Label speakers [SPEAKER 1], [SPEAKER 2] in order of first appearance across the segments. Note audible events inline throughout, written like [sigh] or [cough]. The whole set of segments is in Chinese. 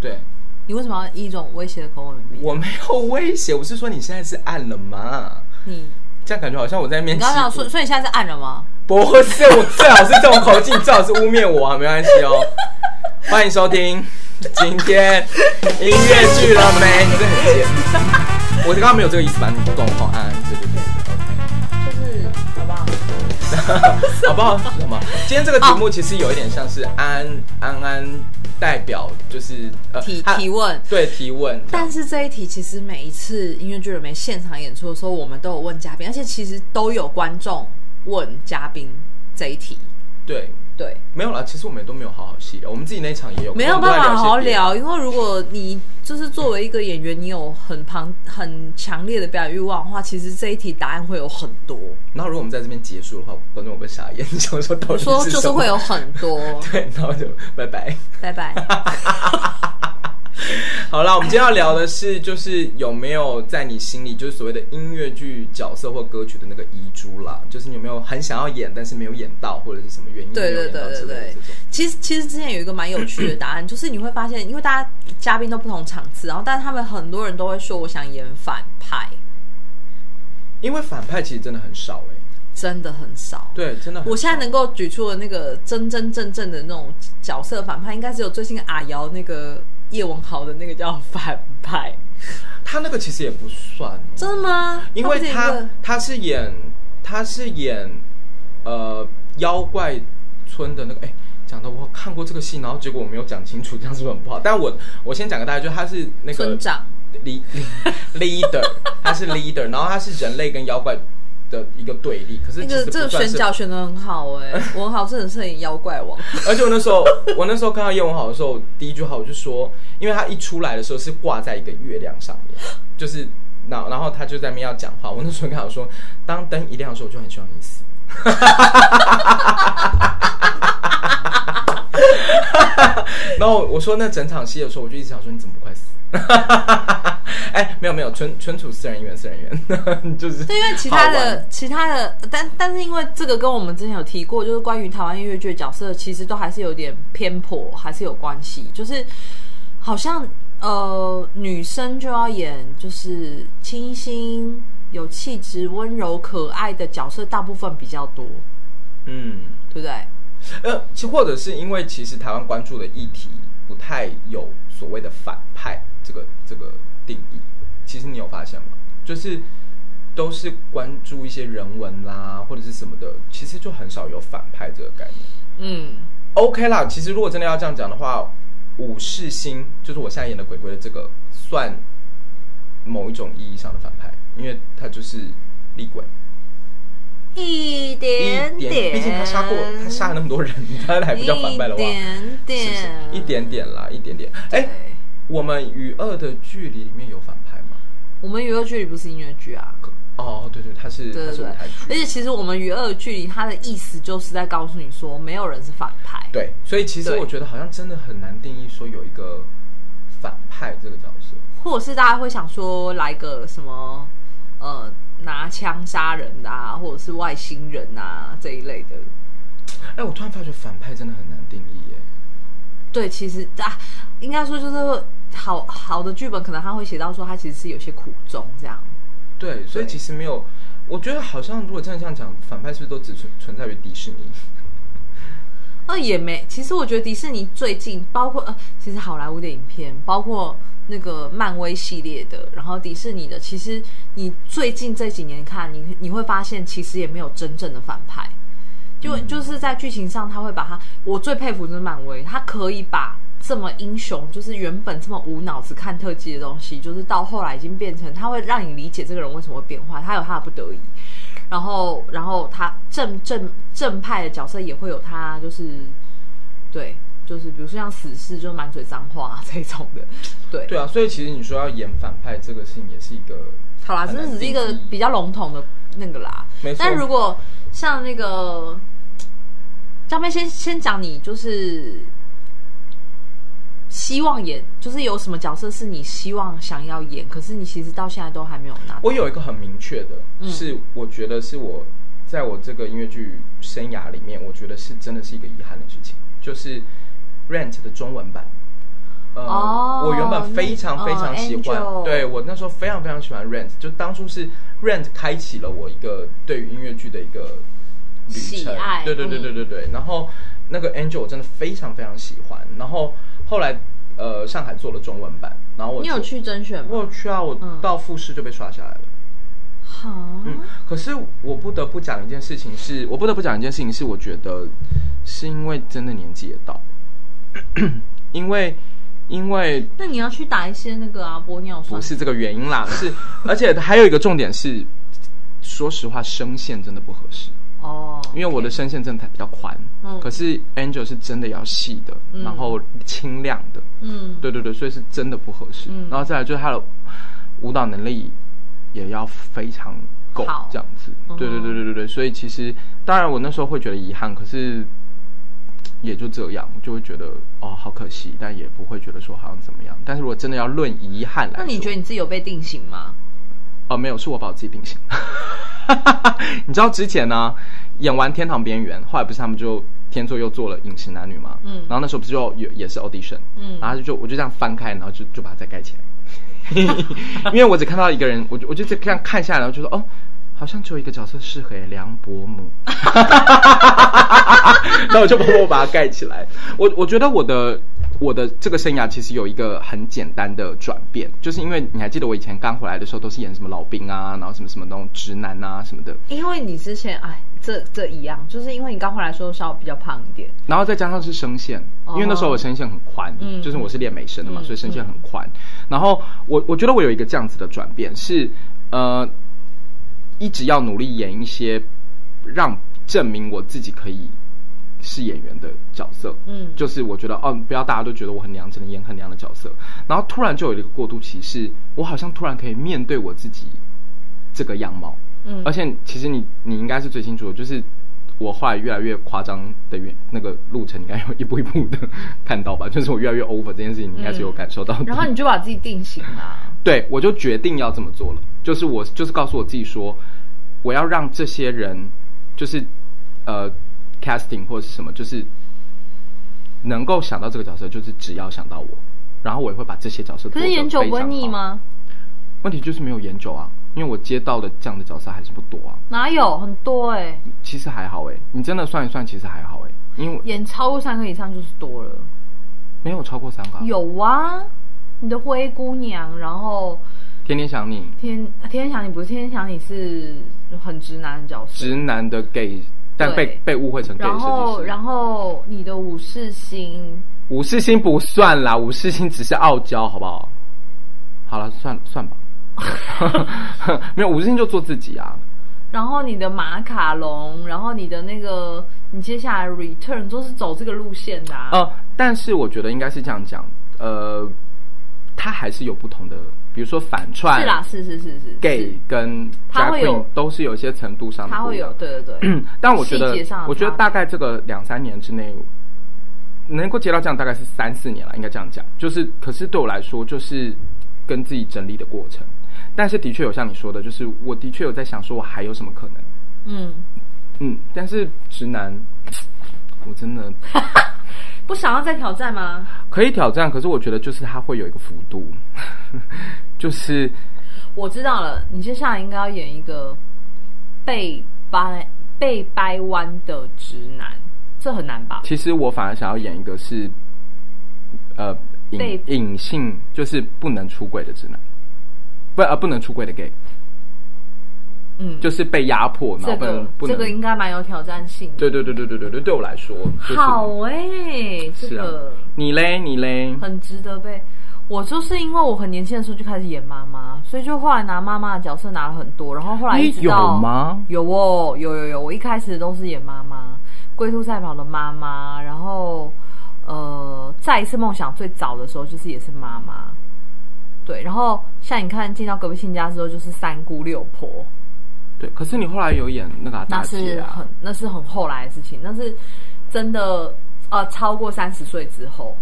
[SPEAKER 1] 对，
[SPEAKER 2] 你为什么要以一种威胁的口吻逼？
[SPEAKER 1] 我没有威胁，我是说你现在是按了吗？
[SPEAKER 2] 你
[SPEAKER 1] 这样感觉好像我在面
[SPEAKER 2] 你刚刚要说，
[SPEAKER 1] 试
[SPEAKER 2] 所以你现在是按了吗？
[SPEAKER 1] 不是，我最好是这种口气，你最好是污蔑我啊，没关系哦。 [laughs] 欢迎收听今天音乐剧了没？你真的很贱。我刚刚没有这个意思吧？你懂我安安，对对对
[SPEAKER 2] 就是好不好？
[SPEAKER 1] ，OK，好不 [laughs] 好？什么？今天这个题目其实有一点像是安安安代表，就是呃
[SPEAKER 2] 提
[SPEAKER 1] 他
[SPEAKER 2] 提问。
[SPEAKER 1] 对提问，
[SPEAKER 2] 但是这一题其实每一次音乐剧人没现场演出的时候，我们都有问嘉宾，而且其实都有观众问嘉宾这一题。
[SPEAKER 1] 对
[SPEAKER 2] 对，
[SPEAKER 1] 没有啦，其实我们也都没有好好戏，我们自己那一场也有，
[SPEAKER 2] 没有
[SPEAKER 1] 我们
[SPEAKER 2] 办
[SPEAKER 1] 都在
[SPEAKER 2] 法好好
[SPEAKER 1] 些别的
[SPEAKER 2] 聊，因为如果你就是作为一个演员，你有很庞很强烈的表演欲望的话，其实这一题答案会有很
[SPEAKER 1] [laughs]
[SPEAKER 2] 多。
[SPEAKER 1] 然后如果我们在这边结束的话，观众会不会傻眼，想说到
[SPEAKER 2] 我
[SPEAKER 1] 底
[SPEAKER 2] 说
[SPEAKER 1] 是
[SPEAKER 2] 就
[SPEAKER 1] 什
[SPEAKER 2] 是
[SPEAKER 1] 么
[SPEAKER 2] [laughs] 会有很多，
[SPEAKER 1] [laughs] 对，然后就拜拜。
[SPEAKER 2] 拜拜。
[SPEAKER 1] 好啦，我们今天要聊的是，就是有没有在你心里，就是所谓的音乐剧角色或歌曲的那个遗珠啦，就是你有没有很想要演，但是没有演到，或者是什么原因没
[SPEAKER 2] 对
[SPEAKER 1] 有
[SPEAKER 2] 对
[SPEAKER 1] 演到
[SPEAKER 2] 对
[SPEAKER 1] 之
[SPEAKER 2] 对
[SPEAKER 1] 类的
[SPEAKER 2] 对
[SPEAKER 1] 这种。，
[SPEAKER 2] 其实其实之前有一个蛮有趣的答案， [coughs] 就是你会发现，因为大家嘉宾都不同场次，然后但是他们很多人都会说我想演反派，
[SPEAKER 1] 因为反派其实真的很少哎、
[SPEAKER 2] 真的很少。
[SPEAKER 1] 对，真的很少。
[SPEAKER 2] 我现在能够举出的那个真真正正的那种角色反派，应该只有最近阿瑶那个叶文豪的那个叫反
[SPEAKER 1] [laughs]
[SPEAKER 2] 派，
[SPEAKER 1] 他那个其实也不算哦、
[SPEAKER 2] 真的吗？
[SPEAKER 1] 因
[SPEAKER 2] 不
[SPEAKER 1] 为
[SPEAKER 2] 是一
[SPEAKER 1] 他
[SPEAKER 2] 个
[SPEAKER 1] 他是演他是演呃妖怪村的那个哎，讲、的我看过这个戏，然后结果我没有讲清楚，这样是不是很不好？但我我先讲给大家，就他是那个
[SPEAKER 2] 村长，
[SPEAKER 1] lead leader，他是 leader，然后他是人类跟妖怪的一个对立，可是
[SPEAKER 2] 那
[SPEAKER 1] 其
[SPEAKER 2] 个
[SPEAKER 1] 实不
[SPEAKER 2] 这个
[SPEAKER 1] 算
[SPEAKER 2] 选
[SPEAKER 1] 是
[SPEAKER 2] 角选的很好
[SPEAKER 1] [laughs]
[SPEAKER 2] 哎、文豪真的是很妖怪王，
[SPEAKER 1] 而且我那时候，我那时候看到叶文豪的时候，第一句话我就说，因为他一出来的时候是挂在一个月亮上面，就是那然后他就在那边要讲话。我那时候跟他说，当灯一亮的时候，我就很希望你死。 [laughs] 然后我说那整场戏的时候，我就一直想说你怎么不快死？ [laughs] 哎，没有没有，纯纯属私人恩怨，私人恩怨， [laughs] 就是
[SPEAKER 2] 对，因为其他
[SPEAKER 1] 好玩
[SPEAKER 2] 的其他的，但但是因为这个跟我们之前有提过，就是关于台湾音乐剧的角色，其实都还是有点偏颇，还是有关系。就是好像呃，女生就要演就是清新、有气质、温柔、可爱的角色，大部分比较多，
[SPEAKER 1] 嗯。
[SPEAKER 2] 对不对？
[SPEAKER 1] 呃，其或者是因为其实台湾关注的议题不太有所谓的反派这个这个定义，其实你有发现吗？就是都是关注一些人文啦，或者是什么的，其实就很少有反派这个概念。
[SPEAKER 2] 嗯，
[SPEAKER 1] OK 啦，其实如果真的要这样讲的话，武士星就是我现在演的鬼鬼的这个，算某一种意义上的反派，因为他就是厉鬼。
[SPEAKER 2] 一点
[SPEAKER 1] 一点，毕竟他杀过，他杀了那么多人，他还不叫反派的话，
[SPEAKER 2] 一点
[SPEAKER 1] 是不
[SPEAKER 2] 点，
[SPEAKER 1] 是一点点啦，一点点。哎、
[SPEAKER 2] 对。
[SPEAKER 1] 我们与恶的距离里面有反派吗？
[SPEAKER 2] 我们娱乐剧里不是音乐剧啊，
[SPEAKER 1] 可哦，对对，他是
[SPEAKER 2] 对
[SPEAKER 1] 他
[SPEAKER 2] 对对，
[SPEAKER 1] 是舞
[SPEAKER 2] 而
[SPEAKER 1] 台剧，
[SPEAKER 2] 且其实我们与恶的距离，它的意思就是在告诉你说，没有人是反派。
[SPEAKER 1] 对，所以其实
[SPEAKER 2] 对
[SPEAKER 1] 我觉得好像真的很难定义说有一个反派这个角色。
[SPEAKER 2] 或者是大家会想说，来个什么呃拿枪杀人的啊，或者是外星人啊这一类的。
[SPEAKER 1] 哎、我突然发觉反派真的很难定义耶。
[SPEAKER 2] 对，其实啊，应该说就是好好的剧本，可能他会写到说他其实是有些苦衷这样。
[SPEAKER 1] 对，所以
[SPEAKER 2] 对
[SPEAKER 1] 其实没有，我觉得好像如果真的这样讲，反派是不是都只存存在于迪士尼？
[SPEAKER 2] 那啊也没，其实我觉得迪士尼最近，包括呃，其实好莱坞的影片，包括那个漫威系列的，然后迪士尼的，其实你最近这几年看，你你会发现其实也没有真正的反派，就、就是在剧情上，他会把他，我最佩服就是漫威，他可以把这么英雄，就是原本这么无脑子看特技的东西，就是到后来已经变成，他会让你理解这个人为什么会变坏，他有他的不得已。然后，然后他正正正派的角色也会有他，就是对，就是比如说像死侍，就满嘴脏话啊这种的，对。
[SPEAKER 1] 对啊，所以其实你说要演反派这个事情，也是一个
[SPEAKER 2] 好啦，这只是一个比较笼统的那个啦。
[SPEAKER 1] 没错
[SPEAKER 2] 但如果像那个张妹先先讲你，就是希望演，就是有什么角色是你希望想要演，可是你其实到现在都还没有拿到。
[SPEAKER 1] 我有一个很明确的，
[SPEAKER 2] 嗯
[SPEAKER 1] 是我觉得是我在我这个音乐剧生涯里面，我觉得是真的是一个遗憾的事情，就是《Rent》的中文版。呃
[SPEAKER 2] 哦
[SPEAKER 1] 我原本非常非常喜欢，
[SPEAKER 2] 哦，Angel
[SPEAKER 1] 对我那时候非常非常喜欢 Rent，就当初是 Rent 开启了我一个对于音乐剧的一个旅
[SPEAKER 2] 喜
[SPEAKER 1] 程
[SPEAKER 2] 爱，嗯
[SPEAKER 1] 对对对对对对。然后那个 Angel 我真的非常非常喜欢，然后后来呃上海做了中文版，然后我
[SPEAKER 2] 你有
[SPEAKER 1] 就
[SPEAKER 2] 去甄选
[SPEAKER 1] 我
[SPEAKER 2] 吗？
[SPEAKER 1] 有去啊，我
[SPEAKER 2] 嗯
[SPEAKER 1] 到复试就被刷下来了。
[SPEAKER 2] 好，
[SPEAKER 1] 嗯，可是我不得不讲一件事情是，我不得不讲一件事情是，我觉得是因为真的年纪也到， [clears throat] 因为因为
[SPEAKER 2] 那你要去打一些那个啊玻尿酸
[SPEAKER 1] 不，是这个原因
[SPEAKER 2] [laughs]
[SPEAKER 1] 啦，是而且还有一个重点是，说实话声线真的不合适，
[SPEAKER 2] 哦，
[SPEAKER 1] 因为我的声线真的比较宽，
[SPEAKER 2] 嗯
[SPEAKER 1] 可是 Angel 是真的要细的，
[SPEAKER 2] 嗯
[SPEAKER 1] 然后清亮的，
[SPEAKER 2] 嗯，
[SPEAKER 1] 对对对，所以是真的不合适。
[SPEAKER 2] 嗯
[SPEAKER 1] 然后再来就是他的舞蹈能力也要非常够
[SPEAKER 2] 好，
[SPEAKER 1] 这样子
[SPEAKER 2] 嗯。
[SPEAKER 1] 对对对对对对，所以其实当然我那时候会觉得遗憾，可是也就这样，就会觉得哦好可惜，但也不会觉得说好像怎么样。但是如果真的要论遗憾来
[SPEAKER 2] 那
[SPEAKER 1] 说，
[SPEAKER 2] 你觉得你自己有被定型吗？
[SPEAKER 1] 哦，没有，是我把我自己定型。 [laughs] 你知道之前呢、啊演完《天堂边缘》，后来不是他们就天作又做了《饮食男女》嘛，
[SPEAKER 2] 嗯
[SPEAKER 1] 然后那时候不是就有也是 audition，
[SPEAKER 2] 嗯
[SPEAKER 1] 然后就我就这样翻开，然后就就把它再盖起来， [laughs] 因为我只看到一个人，我就我就这样看下来，然后就说哦，好像只有一个角色适合耶梁伯母， [laughs] 那我就默默把它盖起来。我我觉得我的我的这个生涯其实有一个很简单的转变，就是因为你还记得我以前刚回来的时候都是演什么老兵啊，然后什么什么那种直男啊什么的，
[SPEAKER 2] 因为你之前哎，这这一样，就是因为你刚回来的时候稍微比较胖一点，
[SPEAKER 1] 然后再加上是声线，因为那时候我声线很宽，
[SPEAKER 2] 哦嗯
[SPEAKER 1] 就是我是练美声的嘛，
[SPEAKER 2] 嗯
[SPEAKER 1] 所以声线很宽。然后我我觉得我有一个这样子的转变是，呃，一直要努力演一些让证明我自己可以是演员的角色，
[SPEAKER 2] 嗯，
[SPEAKER 1] 就是我觉得哦，不要大家都觉得我很娘，只能演很娘的角色。然后突然就有一个过渡期是，我好像突然可以面对我自己这个样貌。
[SPEAKER 2] 嗯
[SPEAKER 1] 而且其实你你应该是最清楚的，就是我后来越来越夸张的原那个路程，你应该有一步一步的看到吧？ [laughs] 就是我越来越 over 这件事情，你应该是有感受到的。
[SPEAKER 2] 然后你就把自己定型啦，
[SPEAKER 1] [laughs] 对我就决定要这么做了，就是我就是告诉我自己说，我要让这些人就是呃 casting 或者是什么，就是能够想到这个角色，就是只要想到我，然后我也会把这些角色。
[SPEAKER 2] 可是研究不会腻？吗？
[SPEAKER 1] 问题就是没有研究啊，因为我接到的这样的角色还是不多啊。
[SPEAKER 2] 哪有很多哎、
[SPEAKER 1] 其实还好哎、你真的算一算，其实还好哎、因为
[SPEAKER 2] 演超过三个以上就是多了。
[SPEAKER 1] 没有超过三个啊、
[SPEAKER 2] 有啊，你的灰姑娘，然后
[SPEAKER 1] 天天想你，
[SPEAKER 2] 天天天想你不是天天想你是很直男的角色，
[SPEAKER 1] 直男的 gay，但被
[SPEAKER 2] 对
[SPEAKER 1] 被误会成 gay 的
[SPEAKER 2] 然
[SPEAKER 1] 设计
[SPEAKER 2] 后
[SPEAKER 1] 师。
[SPEAKER 2] 然后你的武士星，
[SPEAKER 1] 五四星不算啦，五四星只是傲娇，好不好？好了，算算
[SPEAKER 2] [laughs]
[SPEAKER 1] 吧。没有五四星就做自己啊，
[SPEAKER 2] 然后你的马卡龙，然后你的那个你接下来 return 都是走这个路线的、啊。
[SPEAKER 1] 呃，但是我觉得应该是这样讲，呃，它还是有不同的，比如说反串、
[SPEAKER 2] 是啦，是是是是
[SPEAKER 1] gay
[SPEAKER 2] 是
[SPEAKER 1] 跟
[SPEAKER 2] 它
[SPEAKER 1] drag
[SPEAKER 2] 会有
[SPEAKER 1] queen 都是有一些程度上的
[SPEAKER 2] 它
[SPEAKER 1] 不
[SPEAKER 2] 会
[SPEAKER 1] 一样
[SPEAKER 2] 有，。对对
[SPEAKER 1] [clears throat]
[SPEAKER 2] 对，
[SPEAKER 1] 但我觉得
[SPEAKER 2] 细节上的，
[SPEAKER 1] 我觉得
[SPEAKER 2] 差别
[SPEAKER 1] 大概这个两三年之内，能够接到这样，大概是三四年了，应该这样讲。就是，可是对我来说，就是跟自己整理的过程。但是的确有像你说的，就是我的确有在想，说我还有什么可能？
[SPEAKER 2] 嗯，
[SPEAKER 1] 嗯，但是直男，我真的
[SPEAKER 2] 不想要再挑战吗？
[SPEAKER 1] 可以挑战，可是我觉得就是他会有一个幅度， [laughs] 就是
[SPEAKER 2] 我知道了，你接下来应该要演一个被掰被掰弯的直男，这很难吧？
[SPEAKER 1] 其实我反而想要演一个是，呃，
[SPEAKER 2] 被
[SPEAKER 1] 隐隐性就是不能出轨的直男，不呃不能出轨的 gay。
[SPEAKER 2] 嗯，
[SPEAKER 1] 就是被压迫，然
[SPEAKER 2] 这
[SPEAKER 1] 后不能
[SPEAKER 2] 个
[SPEAKER 1] 不
[SPEAKER 2] 这
[SPEAKER 1] 能。
[SPEAKER 2] 个应该蛮有挑战性的。
[SPEAKER 1] 对对对对对对对，对我来说，就是、
[SPEAKER 2] 好哎、这
[SPEAKER 1] 是啊
[SPEAKER 2] 个、。
[SPEAKER 1] 你嘞，你嘞，
[SPEAKER 2] 很值得被。我就是因为我很年轻的时候就开始演妈妈，所以就后来拿妈妈的角色拿了很多，然后后来一
[SPEAKER 1] 你
[SPEAKER 2] 直
[SPEAKER 1] 有
[SPEAKER 2] 到
[SPEAKER 1] 吗？
[SPEAKER 2] 有哦，有有有，我一开始都是演妈妈，《龟兔赛跑》的妈妈，然后呃，《再一次梦想》最早的时候就是也是妈妈，对，然后像你看进到隔壁亲家之后就是三姑六婆，
[SPEAKER 1] 对，可是你后来有演那个啊
[SPEAKER 2] 那
[SPEAKER 1] 大姐
[SPEAKER 2] 是
[SPEAKER 1] 啊
[SPEAKER 2] 很，那是很后来的事情，那是真的呃超过三十岁之后，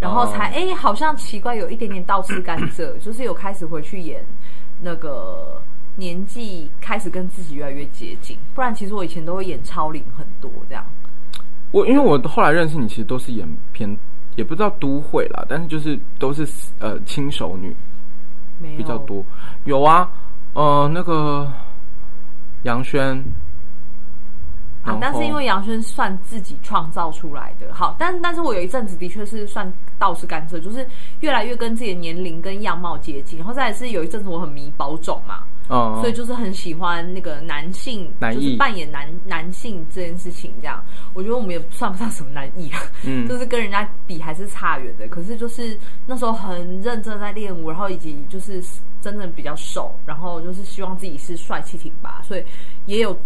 [SPEAKER 2] 然后才
[SPEAKER 1] 哦
[SPEAKER 2] 哎、好像奇怪有一点点倒吃甘蔗，就是有开始回去演那个年纪开始跟自己越来越接近，不然其实我以前都会演超龄很多这样，
[SPEAKER 1] 我因为我后来认识你，其实都是演偏也不知道都会啦，但是就是都是呃轻熟女
[SPEAKER 2] 没有
[SPEAKER 1] 比较多。有啊，呃，那个杨轩，然
[SPEAKER 2] 啊
[SPEAKER 1] 后，
[SPEAKER 2] 但是因为杨轩算自己创造出来的，好，但但是我有一阵子的确是算倒是甘蔗，就是越来越跟自己的年龄跟样貌接近，然后再来是有一阵子我很迷保种嘛，
[SPEAKER 1] 嗯，
[SPEAKER 2] 所以就是很喜欢那个男性，
[SPEAKER 1] 男
[SPEAKER 2] 就是
[SPEAKER 1] 艺
[SPEAKER 2] 扮演男男性这件事情，这样，我觉得我们也算不上什么男艺啊，
[SPEAKER 1] 嗯
[SPEAKER 2] 就是跟人家比还是差远的。可是就是那时候很认真地在练舞，然后以及就是真的比较瘦，然后就是希望自己是帅气挺拔，所以也有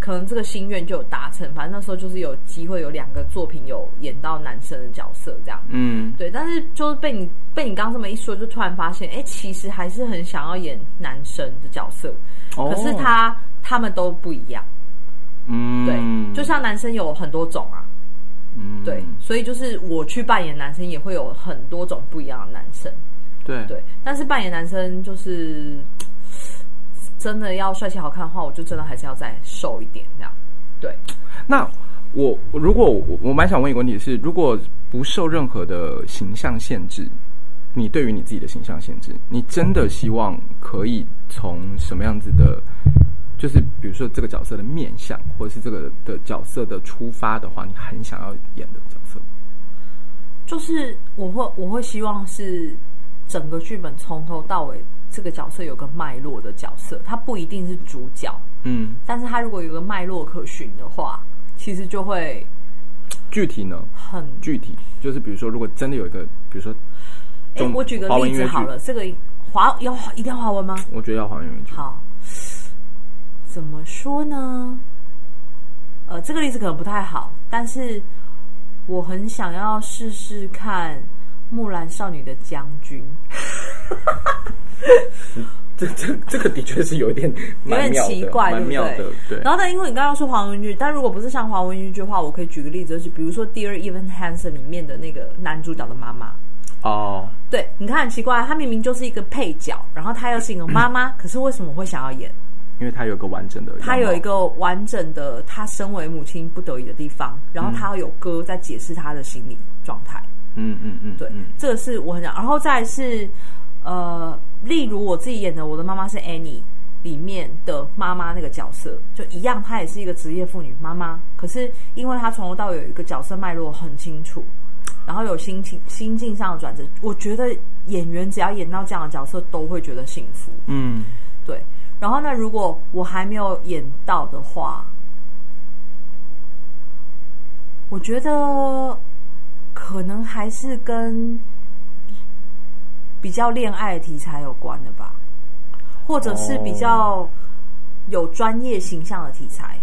[SPEAKER 2] 可能这个心愿就有达成。反正那时候就是有机会有两个作品有演到男生的角色这样。
[SPEAKER 1] 嗯，
[SPEAKER 2] 对，但是就是被你被你刚刚这么一说，就突然发现，哎，其实还是很想要演男生的角色，
[SPEAKER 1] 哦
[SPEAKER 2] 可是他他们都不一样，
[SPEAKER 1] 嗯，
[SPEAKER 2] 对，就像男生有很多种啊，
[SPEAKER 1] 嗯
[SPEAKER 2] 对，所以就是我去扮演男生也会有很多种不一样的男生，
[SPEAKER 1] 对
[SPEAKER 2] 对，但是扮演男生就是真的要帅气好看的话，我就真的还是要再瘦一点这样，对，
[SPEAKER 1] 那我如果我我蛮想问一个问题是，如果不受任何的形象限制，你对于你自己的形象限制，你真的希望可以从什么样子的，就是比如说这个角色的面相，或者是这个的角色的出发的话，你很想要演的角色，
[SPEAKER 2] 就是我会我会希望是整个剧本从头到尾这个角色有个脉络的角色，他不一定是主角，
[SPEAKER 1] 嗯，
[SPEAKER 2] 但是他如果有个脉络可循的话，其实就会
[SPEAKER 1] 具体呢？
[SPEAKER 2] 很。
[SPEAKER 1] 具体就是比如说，如果真的有一个，比如说
[SPEAKER 2] 哎、
[SPEAKER 1] 中，
[SPEAKER 2] 我举个
[SPEAKER 1] 华文
[SPEAKER 2] 例
[SPEAKER 1] 音
[SPEAKER 2] 子
[SPEAKER 1] 乐剧
[SPEAKER 2] 好了，，这个华要一定要华文吗？
[SPEAKER 1] 我觉得要华文音乐剧，
[SPEAKER 2] 好，怎么说呢？呃，这个例子可能不太好，但是我很想要试试看《木兰少女》的将军。
[SPEAKER 1] 这这这个的确是有点
[SPEAKER 2] 有
[SPEAKER 1] 蛮
[SPEAKER 2] 点
[SPEAKER 1] 妙的
[SPEAKER 2] 奇怪，
[SPEAKER 1] 蛮
[SPEAKER 2] 对不
[SPEAKER 1] 妙的，对。
[SPEAKER 2] 然后，但因为你刚刚说黄文剧，但如果不是像黄文剧的话，我可以举个例子，就是比如说《Dear Evan Hansen》里面的那个男主角的妈妈。
[SPEAKER 1] 哦，
[SPEAKER 2] 对，你看很奇怪，她明明就是一个配角，然后她又是一个妈妈，可是为什么会想要演？
[SPEAKER 1] 因为他有一个完整的样貌，
[SPEAKER 2] 她有一个完整的她身为母亲不得已的地方，然后她有歌在解释她的心理状态。
[SPEAKER 1] 嗯嗯嗯，
[SPEAKER 2] 对，
[SPEAKER 1] 嗯
[SPEAKER 2] 这个是我很想。然后再来是呃，例如我自己演的《我的妈妈是 Annie》里面的妈妈那个角色，就一样，她也是一个职业妇女妈妈，可是因为她从头到尾有一个角色脉络很清楚。然后有心情、心境上的转折，我觉得演员只要演到这样的角色，都会觉得幸福。
[SPEAKER 1] 嗯，
[SPEAKER 2] 对，然后呢，如果我还没有演到的话，我觉得可能还是跟比较恋爱题材有关的吧，或者是
[SPEAKER 1] 哦
[SPEAKER 2] 比较有专业形象的题材。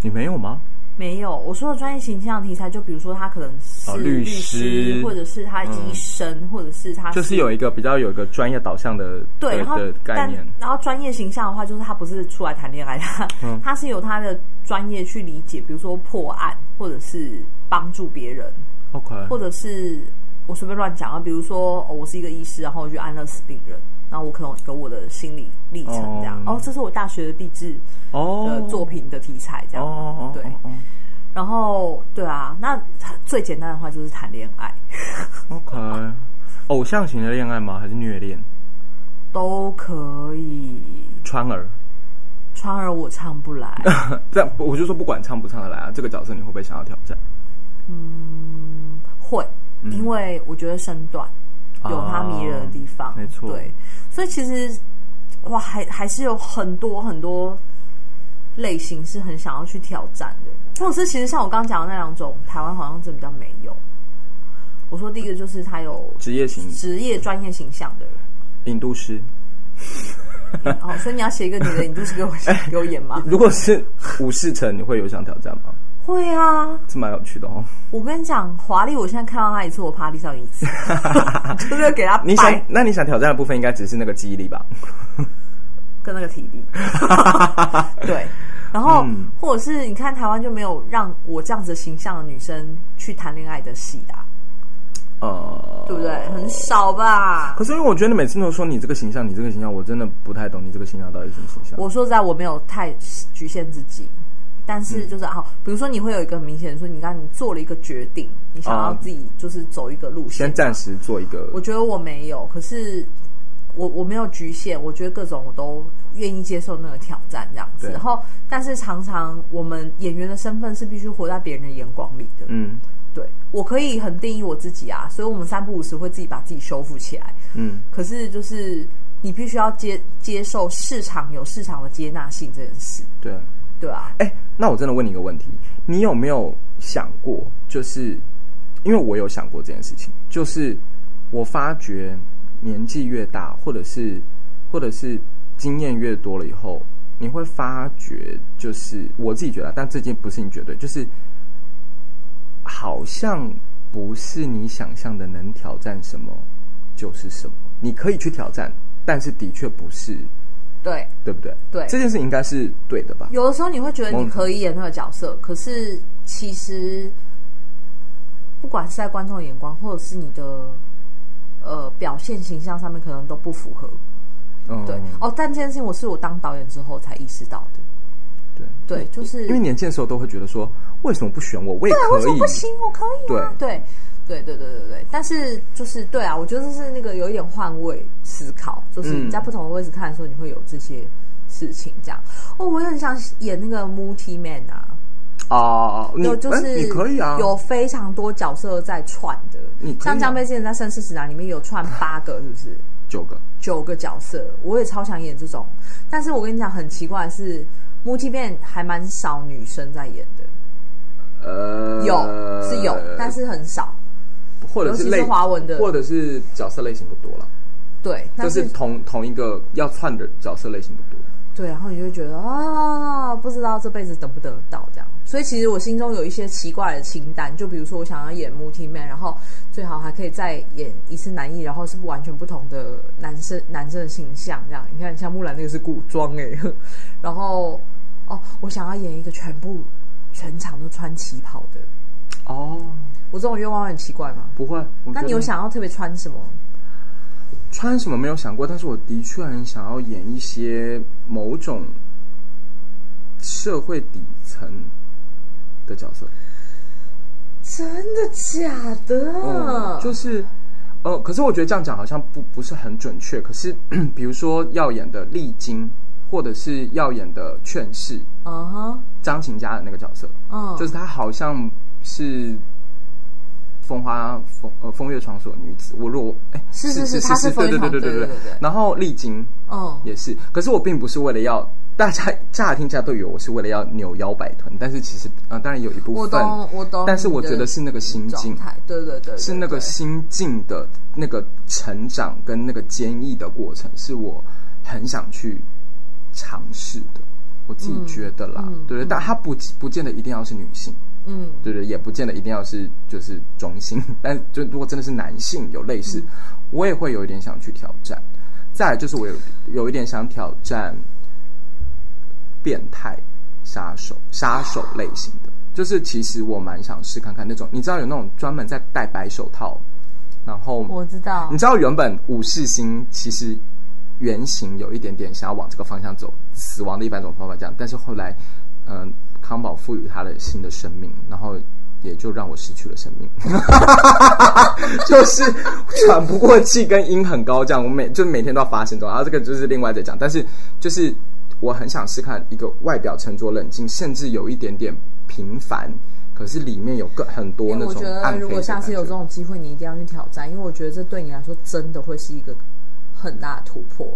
[SPEAKER 1] 你没有吗？
[SPEAKER 2] 没有，我说的专业形象题材，就比如说他可能是
[SPEAKER 1] 哦律
[SPEAKER 2] 师，
[SPEAKER 1] 师嗯
[SPEAKER 2] 或者是他医生，或者是他
[SPEAKER 1] 就是有一个比较有一个专业导向的
[SPEAKER 2] 啊对，
[SPEAKER 1] 的
[SPEAKER 2] 然后
[SPEAKER 1] 的概
[SPEAKER 2] 但
[SPEAKER 1] 念，
[SPEAKER 2] 然后专业形象的话，就是他不是出来谈恋爱，他、
[SPEAKER 1] 嗯
[SPEAKER 2] [laughs] 他是有他的专业去理解，比如说破案，或者是帮助别人，
[SPEAKER 1] OK，
[SPEAKER 2] 或者是我随便乱讲啊，比如说、哦我是一个医师，然后我去安乐死病人，然后我可能有我的心理历程这样。
[SPEAKER 1] 哦
[SPEAKER 2] 哦，这是我大学的毕制的
[SPEAKER 1] 哦
[SPEAKER 2] 作品的题材这
[SPEAKER 1] 哦
[SPEAKER 2] 样。
[SPEAKER 1] 哦哦，
[SPEAKER 2] 对
[SPEAKER 1] 哦
[SPEAKER 2] 然后对啊，那最简单的话就是谈恋爱
[SPEAKER 1] 哦，OK，偶像型的恋爱吗？还是虐恋？
[SPEAKER 2] 都可以，
[SPEAKER 1] 川儿， [laughs]
[SPEAKER 2] 川儿我唱不来。
[SPEAKER 1] 这样我就说不管唱不唱得来啊，这个角色你会不会想要挑战？
[SPEAKER 2] 嗯，会，因为我觉得身段有它迷人的地方，
[SPEAKER 1] 哦啊没错
[SPEAKER 2] 对，所以其实哇，还还是有很多很多类型是很想要去挑战的，或者是其实像我刚刚讲的那两种，台湾好像真的比较没有。我说第一个就是他有
[SPEAKER 1] 职业型
[SPEAKER 2] 职业专业形象的人，
[SPEAKER 1] 引渡师，
[SPEAKER 2] 哦，所以你要写一个你
[SPEAKER 1] [laughs]
[SPEAKER 2] 的，你就是给我给我演吗？
[SPEAKER 1] 如果是武士城，你会有想挑战吗？
[SPEAKER 2] 会啊，
[SPEAKER 1] 这蛮有趣的哦。
[SPEAKER 2] 我跟你讲，华丽，我现在看到他一次，我趴地上一
[SPEAKER 1] [laughs]
[SPEAKER 2] 次， [laughs] 就是要给他
[SPEAKER 1] 你
[SPEAKER 2] 掰
[SPEAKER 1] 想，那你想挑战的部分应该只是那个记忆力吧？
[SPEAKER 2] 跟那个体
[SPEAKER 1] [laughs]
[SPEAKER 2] 力。对，然后、
[SPEAKER 1] 嗯
[SPEAKER 2] 或者是你看台湾就没有让我这样子形象的女生去谈恋爱的戏啊，
[SPEAKER 1] 呃，
[SPEAKER 2] 对不对？很少吧
[SPEAKER 1] 可。是因为我觉得每次都说你这个形象，你这个形象，我真的不太懂你这个形象到底是什么形象。
[SPEAKER 2] 我说实在，我没有太局限自己，但是
[SPEAKER 1] 嗯
[SPEAKER 2] 就是好、比如说你会有一个很明显的说，你刚刚你做了一个决定，你想要
[SPEAKER 1] 哦
[SPEAKER 2] 自己就是走一个路线
[SPEAKER 1] 先，暂时做一个
[SPEAKER 2] 我觉得我没有，可是我我没有局限，我觉得各种我都愿意接受那个挑战这样子。
[SPEAKER 1] 对
[SPEAKER 2] 然后，但是常常我们演员的身份是必须活在别人的眼光里的。
[SPEAKER 1] 嗯
[SPEAKER 2] 对我可以很定义我自己啊，所以我们三不五时会自己把自己修复起来。
[SPEAKER 1] 嗯
[SPEAKER 2] 可是就是你必须要接接受市场有市场的接纳性这件事，
[SPEAKER 1] 对。
[SPEAKER 2] 对啊，
[SPEAKER 1] 哎、那我真的问你一个问题，你有没有想过，就是因为我有想过这件事情，就是我发觉年纪越大，或者是或者是经验越多了以后，你会发觉，就是我自己觉得啊，但这件不是你绝对，就是好像不是你想象的能挑战什么就是什么，你可以去挑战，但是的确不是，
[SPEAKER 2] 对。
[SPEAKER 1] 对不对？
[SPEAKER 2] 对
[SPEAKER 1] 这件事应该是对的吧？
[SPEAKER 2] 有的时候你会觉得你可以演那个角色，可是其实不管是在观众的眼光，或者是你的呃表现形象上面，可能都不符合。
[SPEAKER 1] 嗯
[SPEAKER 2] 对、哦，但这件事情我是我当导演之后才意识到的。
[SPEAKER 1] 对
[SPEAKER 2] 对，就是
[SPEAKER 1] 因为年轻的时候都会觉得说，为什么不选我？我也
[SPEAKER 2] 对啊，为
[SPEAKER 1] 可
[SPEAKER 2] 什么
[SPEAKER 1] 以，
[SPEAKER 2] 不行？我可以啊，对。对对对对对，但是就是对啊，我觉得这是那个有一点换位思考，就是你
[SPEAKER 1] 嗯
[SPEAKER 2] 在不同的位置看的时候，你会有这些事情这样。哦，我也很想演那个 Multi Man 啊，
[SPEAKER 1] 哦，你
[SPEAKER 2] 有就
[SPEAKER 1] 哎
[SPEAKER 2] 是
[SPEAKER 1] 你可以啊，
[SPEAKER 2] 有非常多角色在串的
[SPEAKER 1] 你。可以啊
[SPEAKER 2] 像江贝之前在《盛世指南》里面有串八个，是不
[SPEAKER 1] [laughs]
[SPEAKER 2] 是？
[SPEAKER 1] 九个，
[SPEAKER 2] 九个角色，我也超想演这种。但是我跟你讲，很奇怪的是，Multi Man 还蛮少女生在演的，
[SPEAKER 1] 呃，
[SPEAKER 2] 有是有，但是很少。
[SPEAKER 1] 或者
[SPEAKER 2] 尤
[SPEAKER 1] 是
[SPEAKER 2] 其是
[SPEAKER 1] 类
[SPEAKER 2] 华文的
[SPEAKER 1] 或者是角色类型不多了，
[SPEAKER 2] 对，
[SPEAKER 1] 就
[SPEAKER 2] 但
[SPEAKER 1] 是
[SPEAKER 2] 是
[SPEAKER 1] 同同一个要串的角色类型不多。
[SPEAKER 2] 对，然后你就会觉得啊，不知道这辈子得不得到这样。所以其实我心中有一些奇怪的清单，就比如说我想要演 multi man，然后最好还可以再演一次男一，然后是不完全不同的男生男生的形象这样。你看像木兰那个是古装哎、欸，然后哦，我想要演一个全部全场都穿旗袍的，
[SPEAKER 1] 哦，
[SPEAKER 2] 我这种愿望很奇怪吗？
[SPEAKER 1] 不会，我
[SPEAKER 2] 那
[SPEAKER 1] 觉
[SPEAKER 2] 你
[SPEAKER 1] 得
[SPEAKER 2] 有想要特别穿什么？
[SPEAKER 1] 穿什么没有想过，但是我的确很想要演一些某种社会底层的角色。
[SPEAKER 2] 真的假的？
[SPEAKER 1] 嗯，就是，呃，可是我觉得这样讲好像不不是很准确。可是，比如说耀眼的丽晶，或者是耀眼的劝世
[SPEAKER 2] 嗯哼，
[SPEAKER 1] 张琴家的那个角色，
[SPEAKER 2] 嗯，
[SPEAKER 1] 就是她好像是风花风呃风月场所的女子。我如果哎，
[SPEAKER 2] 是是是
[SPEAKER 1] 是
[SPEAKER 2] 她是风
[SPEAKER 1] 对
[SPEAKER 2] 月
[SPEAKER 1] 对
[SPEAKER 2] 场
[SPEAKER 1] 对对
[SPEAKER 2] 对对
[SPEAKER 1] 对
[SPEAKER 2] 对对
[SPEAKER 1] 然后丽晶
[SPEAKER 2] 嗯，
[SPEAKER 1] 也是，可是我并不是为了要。大家乍听乍都以为我是为了要扭腰摆臀，但是其实啊、呃当然有一部
[SPEAKER 2] 我
[SPEAKER 1] 分
[SPEAKER 2] 懂，我懂。
[SPEAKER 1] 但是我觉得是那个心境
[SPEAKER 2] 状态，对对对对
[SPEAKER 1] 是那个
[SPEAKER 2] 对
[SPEAKER 1] 心境的那个成长跟那个坚毅的过程，是我很想去尝试的。我自己觉得啦，
[SPEAKER 2] 嗯
[SPEAKER 1] 对对，但它不不见得一定要是女性，
[SPEAKER 2] 嗯，
[SPEAKER 1] 对对，也不见得一定要是就是中性， [laughs] 但就如果真的是男性有类似，我也会有一点想去挑战。再来就是我有有一点想挑战变态杀手杀手类型的，就是其实我蛮想试看看那种，你知道有那种专门在戴白手套，然后
[SPEAKER 2] 我知道
[SPEAKER 1] 你。知道原本武士星其实原型有一点点想要往这个方向走，死亡的一百种方法这样，但是后来，嗯、康宝赋予他的新的生命，然后也就让我失去了生命， [laughs] 就是喘不过气跟音很高这样，我每就每天都要发生这种，然后这个就是另外再讲，但是就是我很想试看一个外表沉着冷静，甚至有一点点平凡。可是里面有更很多那
[SPEAKER 2] 哎我觉
[SPEAKER 1] 种暗黑的感
[SPEAKER 2] 得
[SPEAKER 1] 觉。
[SPEAKER 2] 如果下次有这种机会，你一定要去挑战，因为我觉得这对你来说真的会是一个很大的突破。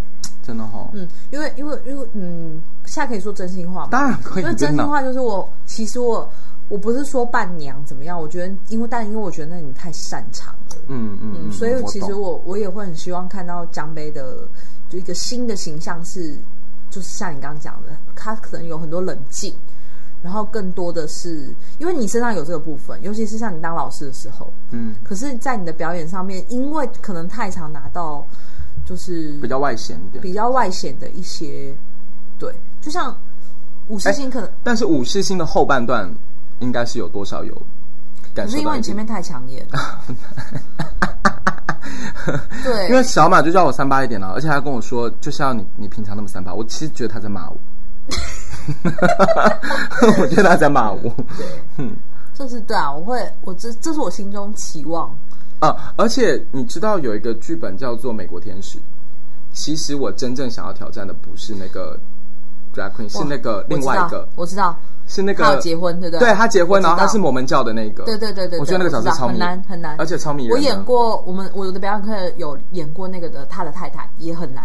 [SPEAKER 1] 真的哈、哦
[SPEAKER 2] 嗯，因为因为因为嗯，现在可以说真心话吗？
[SPEAKER 1] 当然可以
[SPEAKER 2] 因为
[SPEAKER 1] 真的
[SPEAKER 2] 真心话就是我，其实我我不是说伴娘怎么样，我觉得因为但因为我觉得那你太擅长了。
[SPEAKER 1] 嗯嗯
[SPEAKER 2] 嗯，
[SPEAKER 1] 嗯，
[SPEAKER 2] 所以其实
[SPEAKER 1] 懂
[SPEAKER 2] 我我也会很希望看到江杯的就一个新的形象是，就是像你刚刚讲的，他可能有很多冷静，然后更多的是因为你身上有这个部分，尤其是像你当老师的时候，
[SPEAKER 1] 嗯
[SPEAKER 2] 可是，在你的表演上面，因为可能太常拿到就是
[SPEAKER 1] 比较外显一点。
[SPEAKER 2] 比较外显的一些，对，就像五
[SPEAKER 1] 哎
[SPEAKER 2] 十星可能、
[SPEAKER 1] 但是武士星的后半段应该是有多少有感
[SPEAKER 2] 可
[SPEAKER 1] 受
[SPEAKER 2] 是因
[SPEAKER 1] 到
[SPEAKER 2] 为
[SPEAKER 1] 一
[SPEAKER 2] 你
[SPEAKER 1] 点，
[SPEAKER 2] 前面太抢眼，
[SPEAKER 1] [laughs]
[SPEAKER 2] 对，
[SPEAKER 1] 因为小马就啊 [laughs] 叫我三八一点了，而且他跟我说就是要你你平常那么三八，我其实觉得他在骂我。
[SPEAKER 3] 我觉得他在骂我。
[SPEAKER 1] 对，
[SPEAKER 2] 就是对啊，我会，我这这是我心中期望。
[SPEAKER 1] 啊，而且你知道有一个剧本叫做《美国天使》，其实我真正想要挑战的不是那个 drag queen，是那个呃另外一个，
[SPEAKER 2] 我知道，
[SPEAKER 1] 是那
[SPEAKER 2] 我知道他
[SPEAKER 1] 个
[SPEAKER 2] 有结婚，对不对？啊
[SPEAKER 1] 对他结婚，
[SPEAKER 2] 我知
[SPEAKER 1] 然
[SPEAKER 2] 道
[SPEAKER 1] 后他是摩门教的那个，
[SPEAKER 2] 对对对对，
[SPEAKER 1] 我觉得那个角
[SPEAKER 2] 对
[SPEAKER 1] 色
[SPEAKER 2] 知
[SPEAKER 1] 超
[SPEAKER 2] 道
[SPEAKER 1] 迷
[SPEAKER 2] 很难很难，
[SPEAKER 1] 而且超迷人的。
[SPEAKER 2] 我演过，我们我的表演课有演过那个的，他的太太也很难，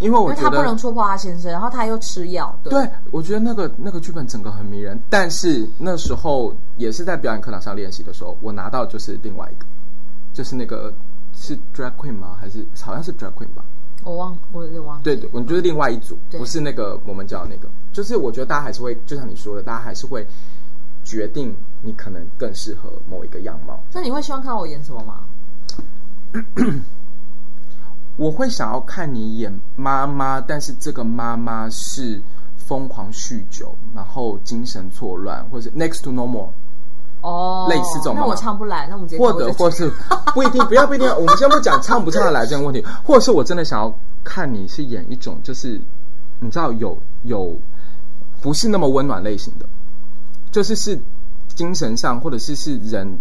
[SPEAKER 1] 因为
[SPEAKER 2] 因
[SPEAKER 1] 我
[SPEAKER 2] 为
[SPEAKER 1] 觉
[SPEAKER 2] 他不
[SPEAKER 1] 得
[SPEAKER 2] 能戳破他先生，然后他又吃药，对
[SPEAKER 1] 对，我觉得那个那个剧本整个很迷人，但是那时候也是在表演课堂上练习的时候，我拿到就是另外一个，就是那个是 drag queen 吗？还是好像是 drag queen 吧？
[SPEAKER 2] 我忘我有点忘记
[SPEAKER 1] 对，
[SPEAKER 2] 了，
[SPEAKER 1] 对我就是另外一组，
[SPEAKER 2] 对
[SPEAKER 1] 不是那个我们叫的那个。就是我觉得大家还是会，就像你说的，大家还是会决定你可能更适合某一个样貌。
[SPEAKER 2] 那你会希望看我演什么吗？
[SPEAKER 1] 我会想要看你演妈妈，但是这个妈妈是疯狂酗酒，然后精神错乱，或是 next to normal。
[SPEAKER 2] 哦，
[SPEAKER 1] 类似这种
[SPEAKER 2] 那
[SPEAKER 1] 吗
[SPEAKER 2] 我唱不来，那我们直接
[SPEAKER 1] 或
[SPEAKER 2] 跳
[SPEAKER 1] 者
[SPEAKER 2] 过
[SPEAKER 1] 或
[SPEAKER 2] 这
[SPEAKER 1] 是不一定，
[SPEAKER 2] [laughs]
[SPEAKER 1] 不要不一定，我们先不讲唱不唱得来这个问题，或者是我真的想要看你是演一种就是你知道有有不是那么温暖类型的，就是是精神上或者是是人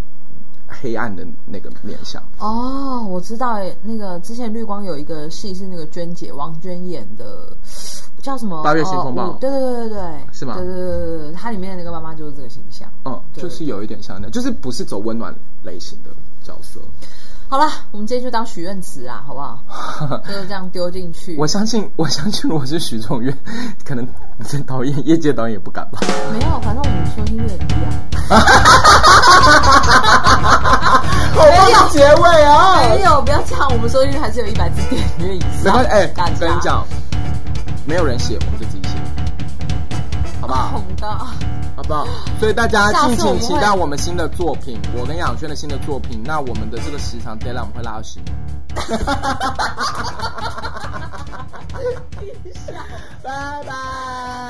[SPEAKER 1] 黑暗的那个面相。
[SPEAKER 2] 哦，我知道耶，那个之前绿光有一个戏是那个娟姐王娟演的，叫什么？
[SPEAKER 1] 八月新风暴
[SPEAKER 2] 哦五对对对对对，
[SPEAKER 1] 是吗
[SPEAKER 2] 对对对对对，它里面的那个妈妈就是这个形象。
[SPEAKER 1] 嗯，
[SPEAKER 2] 对
[SPEAKER 1] 就是有一点像那，就是不是走温暖类型的角色。 [laughs]
[SPEAKER 2] 好了，我们今天就当许愿池啊，好不好？就是这样丢进去。
[SPEAKER 1] 我相信， [laughs] 我相信，如果是许仲渊，可能这导演、业界导演也不敢吧。
[SPEAKER 2] 没有，反正我们收听率很低啊。
[SPEAKER 1] 哦我帮你结尾啊！
[SPEAKER 2] 没有，不要这样，我们收听率还是有一百字点阅以上。
[SPEAKER 1] 没关系，哎、
[SPEAKER 2] 大家
[SPEAKER 1] 跟你，讲，没有人写，我们就自己写，好不好？
[SPEAKER 2] 红的，
[SPEAKER 1] 好不好？所以大家
[SPEAKER 2] 下
[SPEAKER 1] 敬
[SPEAKER 2] 次
[SPEAKER 1] 请
[SPEAKER 2] 我们
[SPEAKER 1] 期
[SPEAKER 2] 会
[SPEAKER 1] 待我们新的作品，我跟养轩的新的作品。那我们的这个时长 deadline 我们会拉到 [laughs] 十年。拜拜。